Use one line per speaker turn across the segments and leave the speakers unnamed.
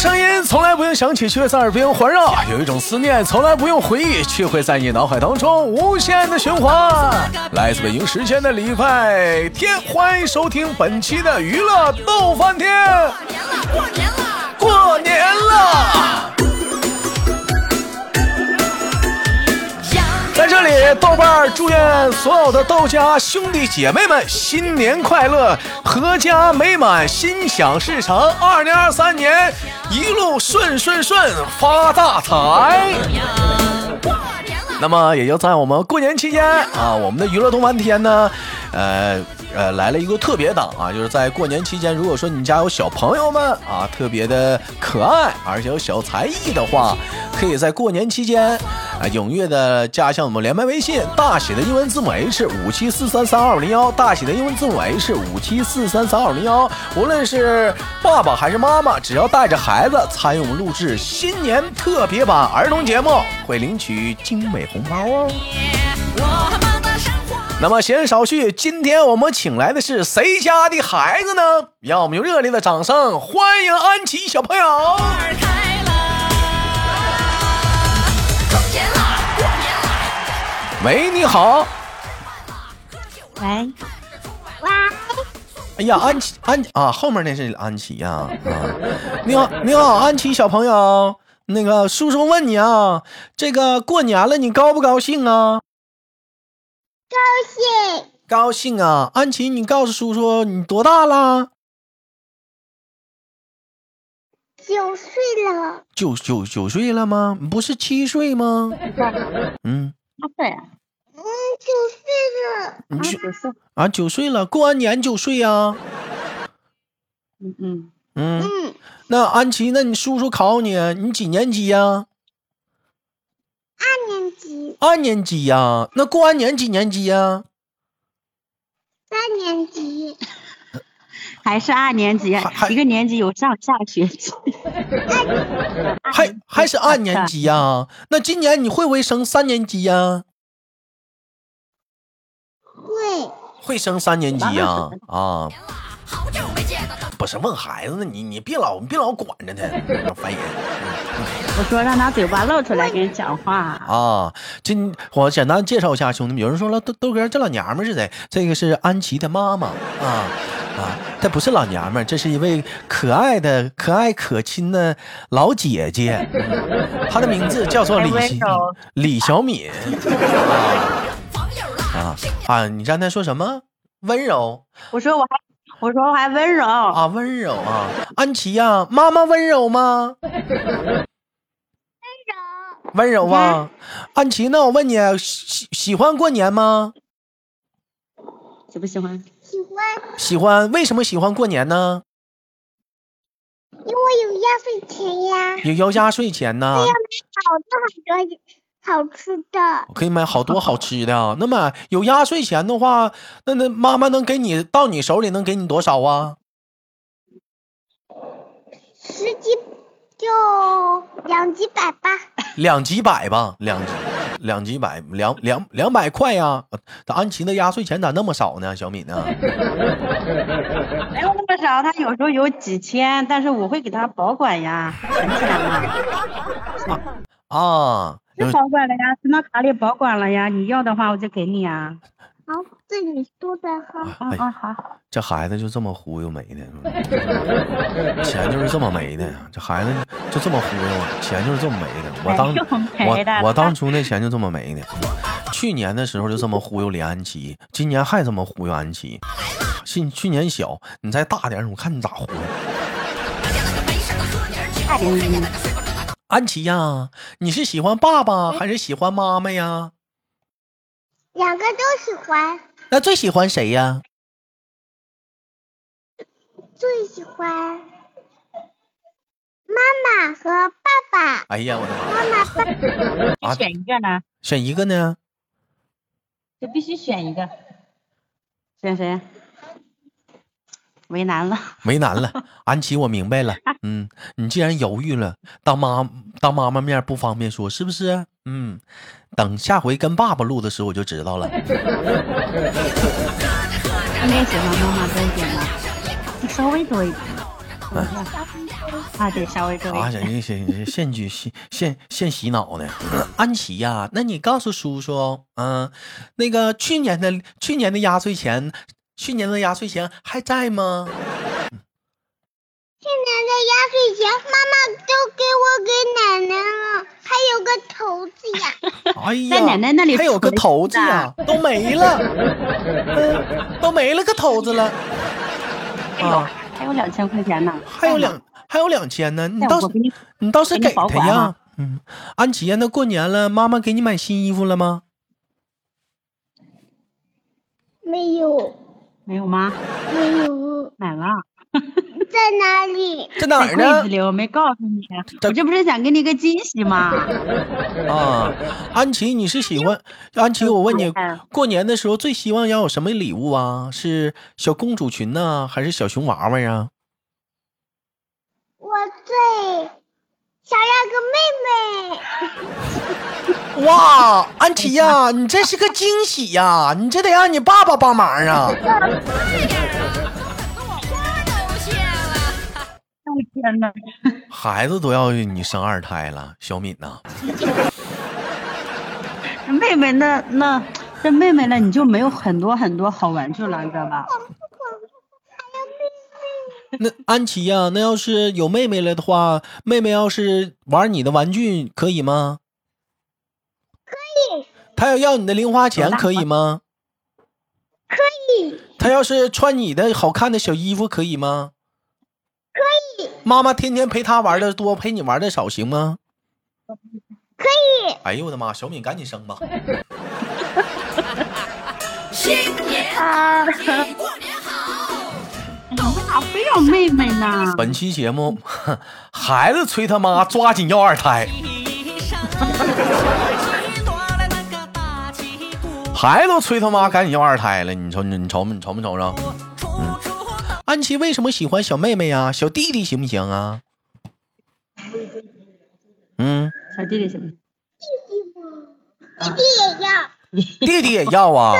声音从来不用响起，却在耳边环绕；有一种思念从来不用回忆，却会在你脑海当中无限的循环。来自北京时间的礼拜天，欢迎收听本期的娱乐逗翻天。
过年了，
过年了，在这里，豆瓣儿祝愿所有的豆家兄弟姐妹们新年快乐，阖家美满，心想事成，二零二三年一路顺顺顺，发大财。
过年了，
那么也就在我们过年期间啊，我们的娱乐动漫天呢，呃呃，来了一个特别档啊，就是在过年期间，如果说你家有小朋友们啊，特别的可爱，而且有小才艺的话，可以在过年期间啊，踊跃的加上我们连麦微信，大写的英文字母 H 五七四三三二五零幺，大写的英文字母 H 五七四三三二五零幺，无论是爸爸还是妈妈，只要带着孩子参与我们录制新年特别版儿童节目，会领取精美红包哦。
我们的生活。
那么闲言少叙，今天我们请来的是谁家的孩子呢？让我们用热烈的掌声欢迎安琪小朋友。
花开了，过年了，过年了，
喂，你好。
喂，
哎呀，安琪安啊，后面那是安琪呀啊！ 你好，你好，安琪小朋友，那个叔叔问你啊，这个过年了，你高不高兴啊？
是
高兴啊！安琪，你告诉叔叔你多大啦？
九岁了，
九九九岁了吗？不是七岁 吗？嗯，
八岁啊，
嗯，九岁了，
你去
九岁，
啊，九岁了，过完年九岁呀、啊。
嗯嗯，
嗯，
嗯，
那安琪，那你叔叔考你，你几年级呀、
二年级，
二年级呀、那过完年几年级呀、
三年级，
还是二年级
还还，
一个年级有上下学期，
还还是二年级呀、那今年你会不会升三年级呀、
会，
会升三年级呀、啊？
好久没见了，
不是问孩子呢，你你别老你别老管着他，烦人。
我说让他嘴巴露出来跟你讲话。
啊，今我简单介绍一下兄弟们。有人说了，豆豆哥这老娘们儿是谁？这个是安琪的妈妈啊啊，这不是老娘们儿，这是一位可爱的、可爱可亲的老姐姐，她的名字叫做李
哎温
小
柔
李小敏
网友啦
啊，啊！你刚才说什么？温柔
我说我还，我说我还温柔，
啊，温柔啊，安琪呀、妈妈温柔吗？温柔啊，安琪，那我问你，喜喜欢过年吗？
喜不喜欢？
喜欢，
喜欢，为什么喜欢过年呢？
因为有压岁钱呀，
有要压岁钱呢，
好多好多好吃的，
可以买好多好吃的啊。那么有压岁钱的话，那那妈妈能给你到你手里能给你多少啊？
十几就两几百吧，
两几百吧，两两几百，两两两百块呀、咋安琪的压岁钱咋那么少呢？小敏呢？
没有那么少，他有时候有几千，但是我会给他保管呀，存起来 嘛，
啊，有
是保管了呀，存到卡里保管了呀，你要的话我就给你啊。
好，这你说的哈，
啊
哎
啊好，
这孩子就这么忽悠没的，钱就是这么没的，这孩子就这么忽悠，啊钱就是这么没的。我当
没有没的
我我当初那钱就这么没的，去年的时候就这么忽悠李安琪，今年还这么忽悠安琪。去去年小，你再大点儿，我看你咋忽悠。
大点音，
安琪呀，你是喜欢爸爸还是喜欢妈妈呀？
两个都喜欢，
那最喜欢谁呀？
最喜欢妈妈和爸爸，
哎呀，我的妈！
妈妈爸爸
啊
选一个呢，
选一个呢？
就必须选一个，选谁？为难了。
为难 了，安琪，我明白了。嗯，你既然犹豫了，当妈当妈妈面不方便说，是不是？嗯，等下回跟爸爸录的时候我就知 道了。哎
应该喜欢妈妈多一点吧，稍微多一点。
嗯
啊，对，夏威周
啊，这这这这现举现现现洗脑 呢？安琪呀、那你告诉叔叔，嗯、那个去年的去年的压岁钱，去年的压岁钱还在吗？
去年的压岁钱，妈妈都给我给奶奶了，还有个头子呀。
哎呀，
在奶奶那里
还有个
存着
头子呀，都没了，嗯都没了个头子 了。
哎
啊，
还有两千块钱呢，
还有两还有两千呢，你
哎
倒是
我给你
你倒是
给你
给
保
他
管
呀
啊。
嗯，安琪呀，那过年了，妈妈给你买新衣服了吗？
没有，
没有吗？
没有，
买了，
在哪里？
在哪
在
儿
柜
呢
子？里，我没告诉你，
这
我这不是想给你个惊喜吗？哎
啊，安琪，你是喜欢安琪？我问你
哎，
过年的时候最希望要有什么礼物啊？是小公主裙呢、还是小熊娃娃呀、
我最想要个妹妹。
哇，安琪呀、你这是个惊喜呀、你这得让你爸爸帮忙 啊！
快点儿啊，等得我花都谢了。
我天哪！
孩子都要你生二胎了，小敏呐、
妹妹那那这妹妹呢，你就没有很多很多好玩具了，你知道吧？
那安琪呀、那要是有妹妹了的话，妹妹要是玩你的玩具可以吗？可以。她要要你的零花钱可以吗？可以。她要是穿你的好看的小衣服可以吗？可以。妈妈天天陪她玩的多，陪你玩的少，行吗？可以。哎呦我的妈！小敏赶紧生吧。
新年
啊，
好，过年好，
咋非要妹妹呢？
本期节目， 孩子催他妈抓紧要二胎。
一上旗端了那个大旗鼓，
孩子都催他妈赶紧要二胎了，你瞅你你瞅你瞅没瞅着？
处处都
安琪为什么喜欢小妹妹呀、小弟弟行不行啊？嗯，
小弟弟行不行？
弟弟也要，
弟弟也要啊。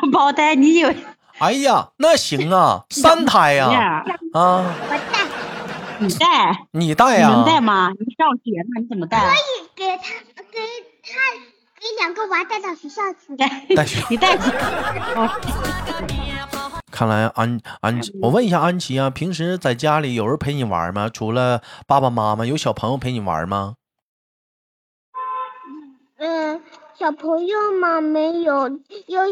双胞胎，你以为
哎呀，那行 啊，三胎呀、
呀？
啊，
我带
你带？
你带啊呀、
你能带吗？你上学呢，你怎么带？
给他给他给两个娃带到学校去。
带去
你带几？
看来安安，我问一下安琪啊，平时在家里有人陪你玩吗？除了爸爸妈妈，有小朋友陪你玩吗？
嗯，小朋友嘛没有有，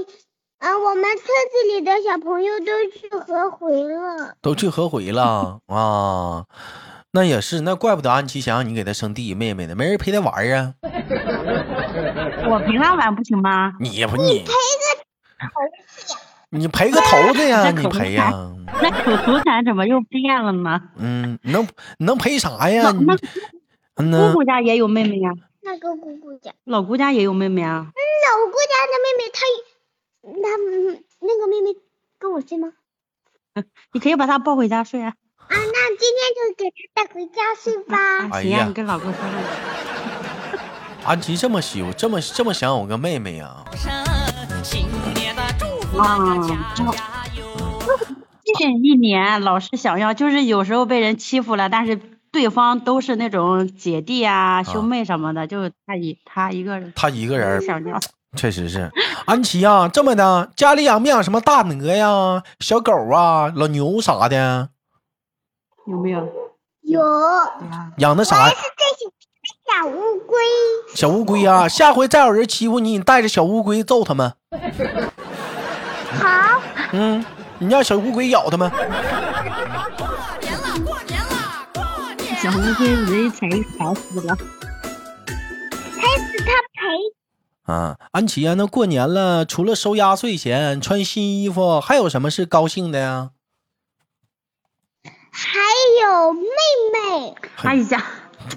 嗯，我们村子里的小朋友都去合肥了。
都去合肥 了啊，那也是，那怪不得安琪想让你给他生弟弟妹妹呢，没人陪他玩儿啊。
我陪他玩不行吗？
你不你
头
你赔个头子呀，
这
你
口头
赔呀，
那口头禅怎么又变了呢？
嗯，你能你能赔啥呀？
那
你
那
嗯
姑
呢？
姑家也有妹妹呀、
那个姑姑家，
老姑家也有妹妹啊。
老姑家的妹妹，她她嗯那个妹妹跟我睡吗？
你可以把她抱回家睡啊。
啊，那今天就给她带回家睡吧。
哎
行
呀
啊，你跟老姑说说。
安琪这么喜欢，这么这么想有个妹妹呀、
声，新年的祝福大家家家有。
近一年老是想要，就是有时候被人欺负了，但是对方都是那种姐弟啊、兄妹什么的，就他一他一个人
她一个人儿
想要。
确实是。安琪呀、这么的，家里养没养什么大鹅呀、小狗啊、老牛啥的？
有没有？
有，我
啊，
养的啥
最喜欢小乌龟。
小乌龟呀、下回再有人欺负你，你带着小乌龟揍他们。
好，
嗯，你让小乌龟咬他们。
过年了，过年了，过年了。
小乌龟人踩一踩死了。
开始她陪
啊，安琪呀、那过年了，除了收压岁钱、穿新衣服，还有什么是高兴的呀？
还有妹妹，
哎呀，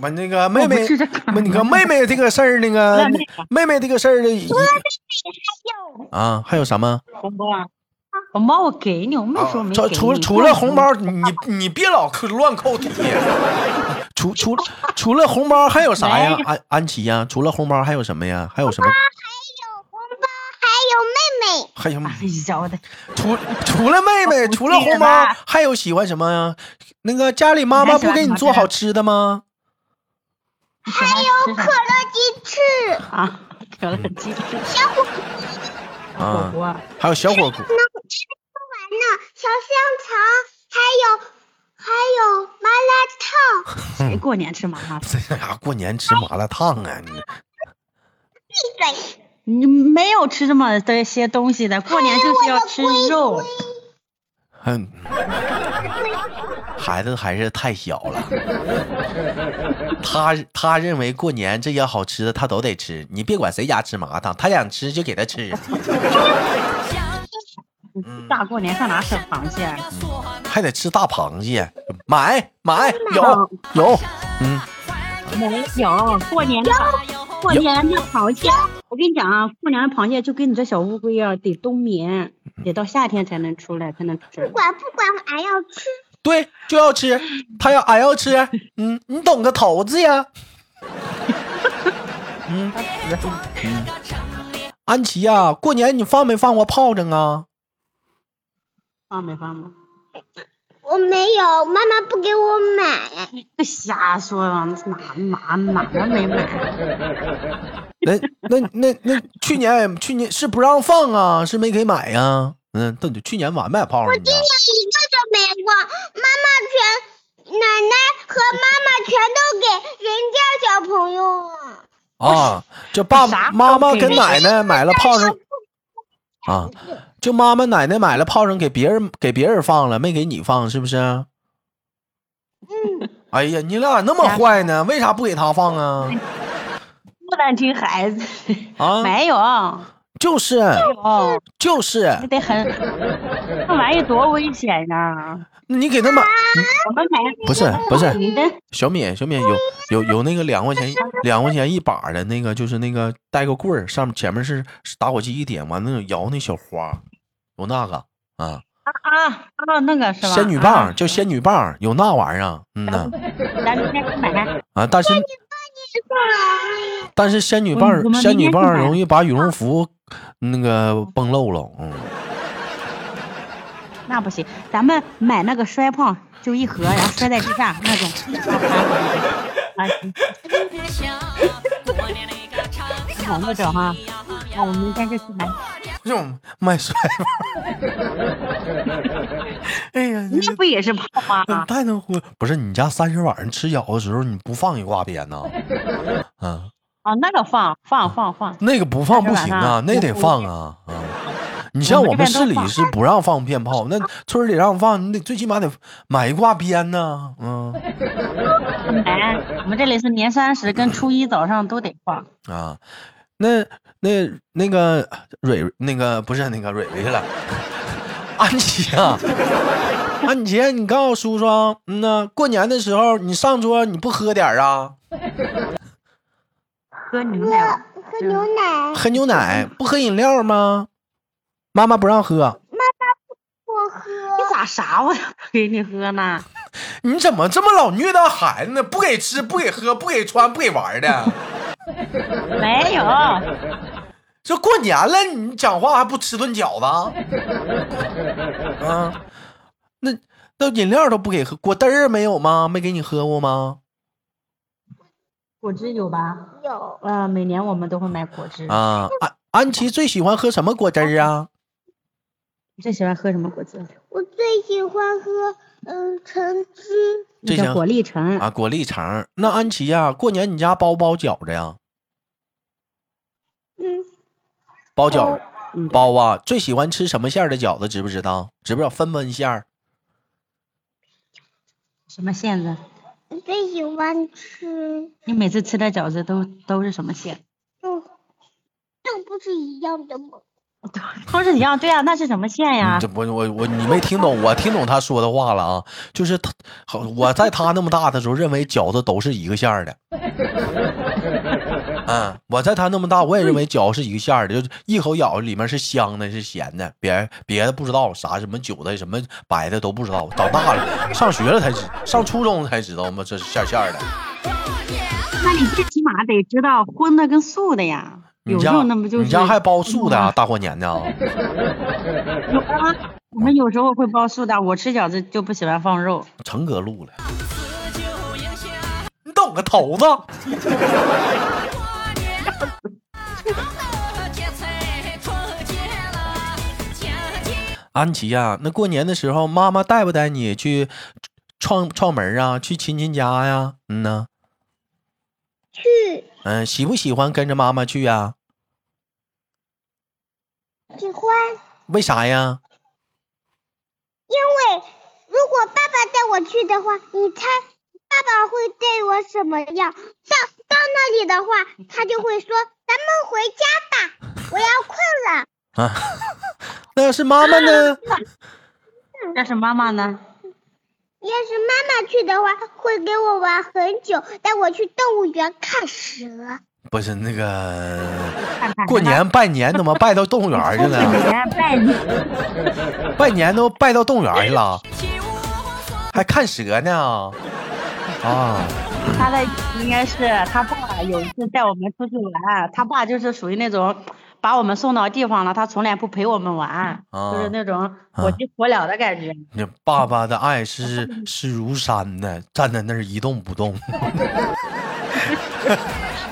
我那个妹
我不
妹
是这个，啊
那个妹妹这个事儿，那 个
那那
妹妹这个事儿的
还有
啊，还有什么？
红包啊！红包我给你，我没说没给
啊除
你。啊
除除了红包，你你你别老扣乱扣题。除除除了红包还有啥呀
没？
安安琪呀，除了红包还有什么呀？还有什么？
还有红包，还有妹妹。妹，
还有
哎呀，我的
除除了妹妹，
我不
除了
记得
红包
啦，
还有喜欢什么呀？那个家里妈妈不给你做好吃的吗？
还有
可乐鸡翅，
啊，可乐鸡翅、
小火
火
啊，
锅，
还有小火锅
呢，吃不完呢，小香肠，还有还有麻辣烫，
谁
嗯
过年吃麻辣烫？
这家伙啊过年吃麻辣烫啊！你
闭嘴。
你没有吃这么这些东西的，过年就是要吃
哎
肉。
嗯，孩子还是太小了。他他认为过年这些好吃的他都得吃，你别管谁家吃麻辣烫，他想吃就给他吃。
大过年上哪吃螃蟹啊？
还得吃大螃蟹，买买有有，嗯，
没有，过年 的过年的螃蟹，我跟你讲啊，过年的螃蟹就跟你这小乌龟啊，得冬眠，得到夏天才能出来，才能吃
嗯
不。管不管，俺要吃。
对，就要吃，他要俺要吃，嗯，你懂个头子呀，嗯，嗯安琪呀、过年你放没放过炮仗啊？
放没放吗？
我没有，妈妈不给我买。
这瞎说啊，哪哪哪儿没买？
那那那那去年去年是不让放啊，是没给买呀、嗯，到底去年晚买炮仗呢？
一个都没忘，妈妈全奶奶和妈妈全都给人家小朋友了。
啊，这爸
啥
妈妈
都给
跟奶奶买了炮仗啊，这妈妈奶奶买了炮仗给别人给别人放了，没给你放，是不是？嗯。哎呀，你俩那么坏呢？为啥不给他放啊？
不能听孩子。
啊，
没有，没
就是
有，
就是
那，得很，那玩意多危险呐！
你给他买
我们买
不是不是
你的
小米小米有有有那个两块钱两块钱一把的那个，就是那个带个棍儿，上面前面是是打火机一点，完了摇那小花，有那个啊，
啊啊那个是吧？
仙女棒叫仙女棒，有那玩意儿，嗯呐。
啊，咱明天去买。
啊，但是但是仙女
我
棒
们
儿
我，们
仙
明
女
天
棒
去
儿
买啊
容易把羽绒服那个崩漏了，嗯，
那不行，咱们买那个摔炮，就一盒，然后摔在地上那种。啊，好那种哈，那我们明天就去买。
这种卖摔棒儿。 哎呀，你
那不也是炮
这
吗？
太能忽悠！不是你家三十晚上吃饺子的时候你不放一挂鞭 呐？啊，
啊，那个放放放放，
那个不放
30
不行啊，
晚上
那得
我
放啊啊！你像
我
我
们这
们
边都
市里
放啊
是不让放鞭炮，那村儿里让放，你得最起码得买一挂鞭呐，嗯。
买。我们这里是年三十跟初一早上都得放。
啊，那那那个蕊那个不是那个蕊蕊去了，安琪啊，安琪，你告诉叔叔，嗯呐，过年的时候你上桌你不喝点儿啊？
喝牛
喝
奶，
喝牛奶，
喝牛奶不喝饮料吗？妈妈不让喝，
我喝
你咋啥我也不给你喝呢？
你怎么这么老虐待孩子呢？不给吃，不给喝，不给穿，不给玩儿的。
没有，
这过年了，你讲话还不吃顿饺子？啊，那那饮料都不给喝，果汁儿没有吗？没给你喝过吗？
果汁有吧？
有
呃，每年我们都会买果汁。
啊，安安琪最喜欢喝什么果汁儿啊？
你最喜欢喝什么果汁？
我最喜欢喝嗯橙汁，
那
这
叫
行
果粒橙。
啊，果粒橙儿。那安琪呀、过年你家包不包饺子呀？
嗯，
包饺子
嗯，
包啊！最喜欢吃什么馅儿的饺子？知不知道？知不知道分分馅儿？
什么馅子？
我最喜欢吃，
你每次吃的饺子都都是什么馅？
嗯，这不是一样的吗？
都是一样，对啊，那是什么馅呀
嗯、这？不我我你没听懂，我听懂他说的话了啊，就是他，好我在他那么大的时候认为饺子都是一个馅儿的，嗯，我在他那么大我也认为饺子是一个馅儿的，就是一口咬里面是香的，是咸的，别人别的不知道啥什么韭菜什么白的都不知道，长大了上学了才知，上初中才知道嘛，这是馅儿馅儿的。
那你最起码得知道荤的跟素的呀。
你
有时
家
候那不就是嗯
你家还包素的啊？大过年的啊？
有啊，我们有时候会包素的，我吃饺子就不喜欢放肉。
成哥录了，你懂个头子！安琪呀、那过年的时候，妈妈带不带你去串串门啊？去亲戚家呀、嗯呐，
去
嗯，喜不喜欢跟着妈妈去啊呀、
喜欢，
为啥呀？
因为如果爸爸带我去的话，你猜爸爸会对我什么样？到到那里的话，他就会说咱们回家吧，我要困了。
啊， 那要是妈妈呢？
但是妈妈呢？
要是妈妈去的话，会给我玩很久，带我去动物园看蛇。
不是那个
看看
过年拜年，怎么拜到动物园去
过
了？
年拜年，
拜年都拜到动物园去了，还看蛇呢？啊，
他的应该是他爸有一次带我们出去玩，他爸就是属于那种把我们送到地方了，他从来不陪我们玩，
啊
就是那种火急火燎的感觉。
你爸爸的爱是是如山的，站在那儿一动不动。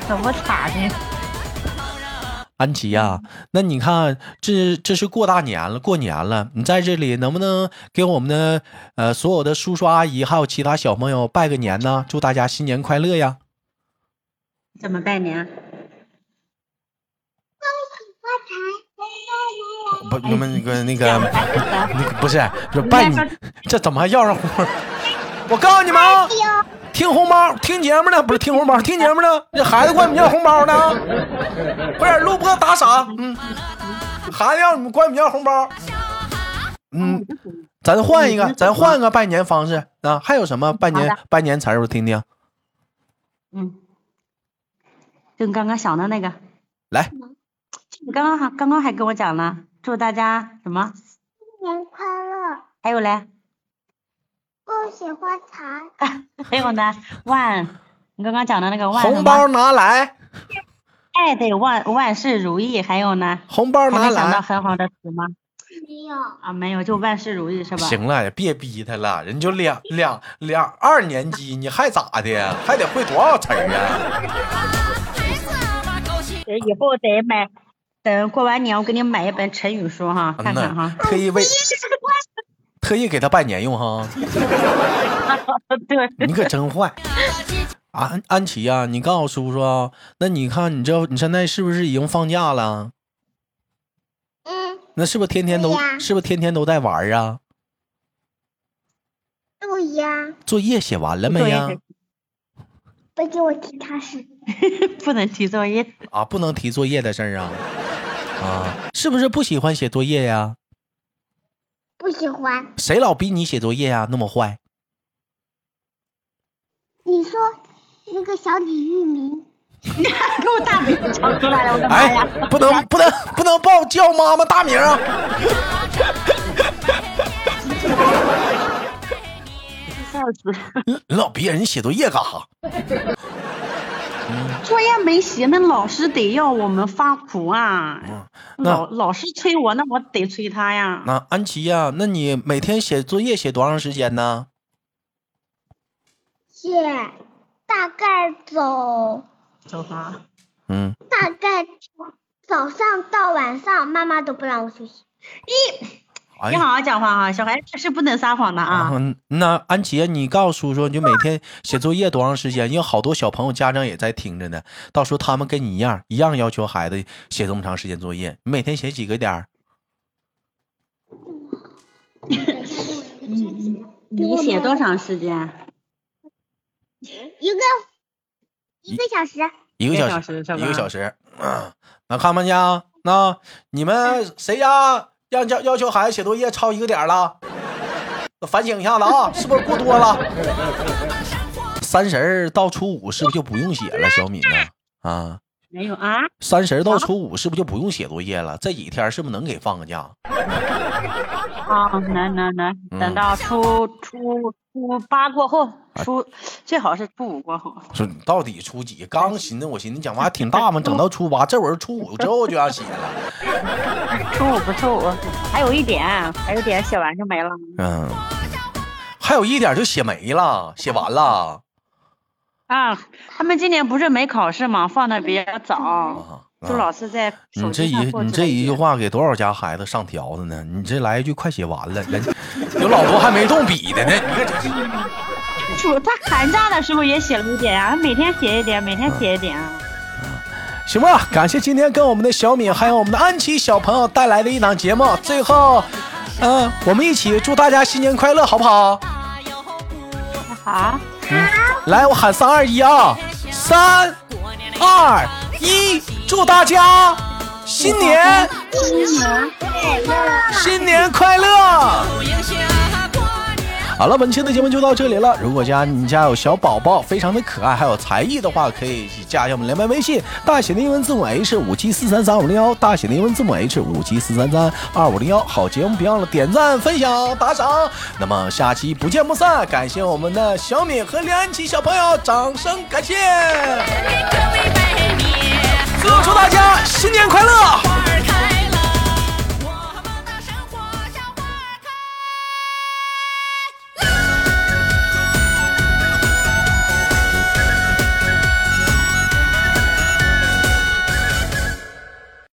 怎么打的？
安琪呀、那你看，这这是过大年了，过年了，你在这里能不能给我们的呃所有的叔叔阿姨还有其他小朋友拜个年呢？祝大家新年快乐呀！
怎么拜年？啊哎
不，你们那个那个那个不是，就拜你
应该，
这怎么还绕上乎？我 告诉你们啊，
嗯
听红包，听节目呢，不是听红包，听节目呢，这孩子管你们要红包呢啊，快点录播打赏，嗯，孩子要你们管你们要红包，嗯，咱换一个，咱换个拜年方式啊，还有什么拜年
好的
拜年词儿我听听，
嗯，跟刚刚想的那个，
来，
你刚刚还刚刚还跟我讲了，祝大家什么？
新年快乐，
还有嘞？
恭喜发财，
还有呢？万，你刚刚讲的那个万什
红
么
包拿来，
哎，对，万万事如意。还有呢？
红包
还
拿
能想到
来。
很好的词吗？
没有。
啊，没有，就万事如意是吧？
行了，别逼他了，人就两两两二年级，你还咋的？还得会多少词儿啊？
呃以后得买，等过完年我给你买一本成语书哈，
嗯
看看
呐
哈。，
特意为特意给他拜年用哈，
对，
你可真坏。安安琪呀、你告诉叔叔啊，那你看你这你现在是不是已经放假了？
嗯，
那是不是天天都、
对呀
是不是天天都在玩儿啊？
对呀，
作业写完了没呀
作业？
别给我提他是。
不能提作业。
啊，不能提作业的事儿啊啊！是不是不喜欢写作业呀、
不喜欢。
谁老逼你写作业呀、啊那么坏
你说那个小李玉明，
给我大名讲出来了，我的妈
哎
呀！，
不能不能不能报叫妈妈大名啊！哎
笑死！
你老逼人写作业干哈？
作业没写，那老师得要我们发苦啊。
嗯，那
老老师催我，那我得催他呀。
那安琪呀、那你每天写作业写多长时间呢？
写大概走，
走吧。
嗯，
大概早上到晚上，妈妈都不让我休息。
哎
你
呀，
好好讲话啊，小孩是不能撒谎的
啊
啊。
那安琪，你告诉叔叔，你就每天写作业多长时间？因为好多小朋友家长也在听着呢，到时候他们跟你一样，一样要求孩子写这么长时间作业。你每天写几个点儿？
嗯，
你写多长时间？
一个一个小时，
一个
一个
小
小时是吧
一个小时。啊那看不见啊？那你们谁家让要要求孩子写作业超一个点儿了？反省一下子啊，是不是过多了？三十儿到初五是不是就不用写了？小敏呢？啊，
没有啊？
三十儿到初五是不是就不用写作业了？这几天是不是能给放个假？
啊，能能能，
嗯
等到初初初八过后，
啊
初最好是初五过后。
说你到底初几？刚寻思，我寻思讲话挺大嘛，整到初八，这会儿初五之后就要写了。
初五不初五，还有一点，还有一点写完就没了。
嗯，还有一点就写没了，写完了
啊，他们今年不是没考试嘛，放的比较早。
啊。
朱
啊
老师在手
你这
机
一
上过去
你这
了
一句
遍
话给多少家孩子上条子呢？你这来一句快写完了，人 有老多还没动笔的呢。你看这是
暑他寒假的时候也写了一点啊，每天写一点，每天写一点啊。
行吧？感谢今天跟我们的小敏还有我们的安琪小朋友带来的一档节目。最后，嗯、我们一起祝大家新年快乐，好不好？
哎呦不
啊，
来，我喊三二一啊，三
过年那
二一，祝大家新年新年快乐！
不影响过年。
好了，本期的节目就到这里了。如果家你家有小宝宝，非常的可爱，还有才艺的话，可以加一下我们连麦微信，大写的英文字母 H 五七四三三五零幺，大写的英文字母 H 五七四三三二五零幺。好节目别忘了点赞、分享、打赏。那么下期不见不散，感谢我们的小敏和梁安琪小朋友，掌声感谢！
你可没拜年，
最后祝大家新年快乐！
花儿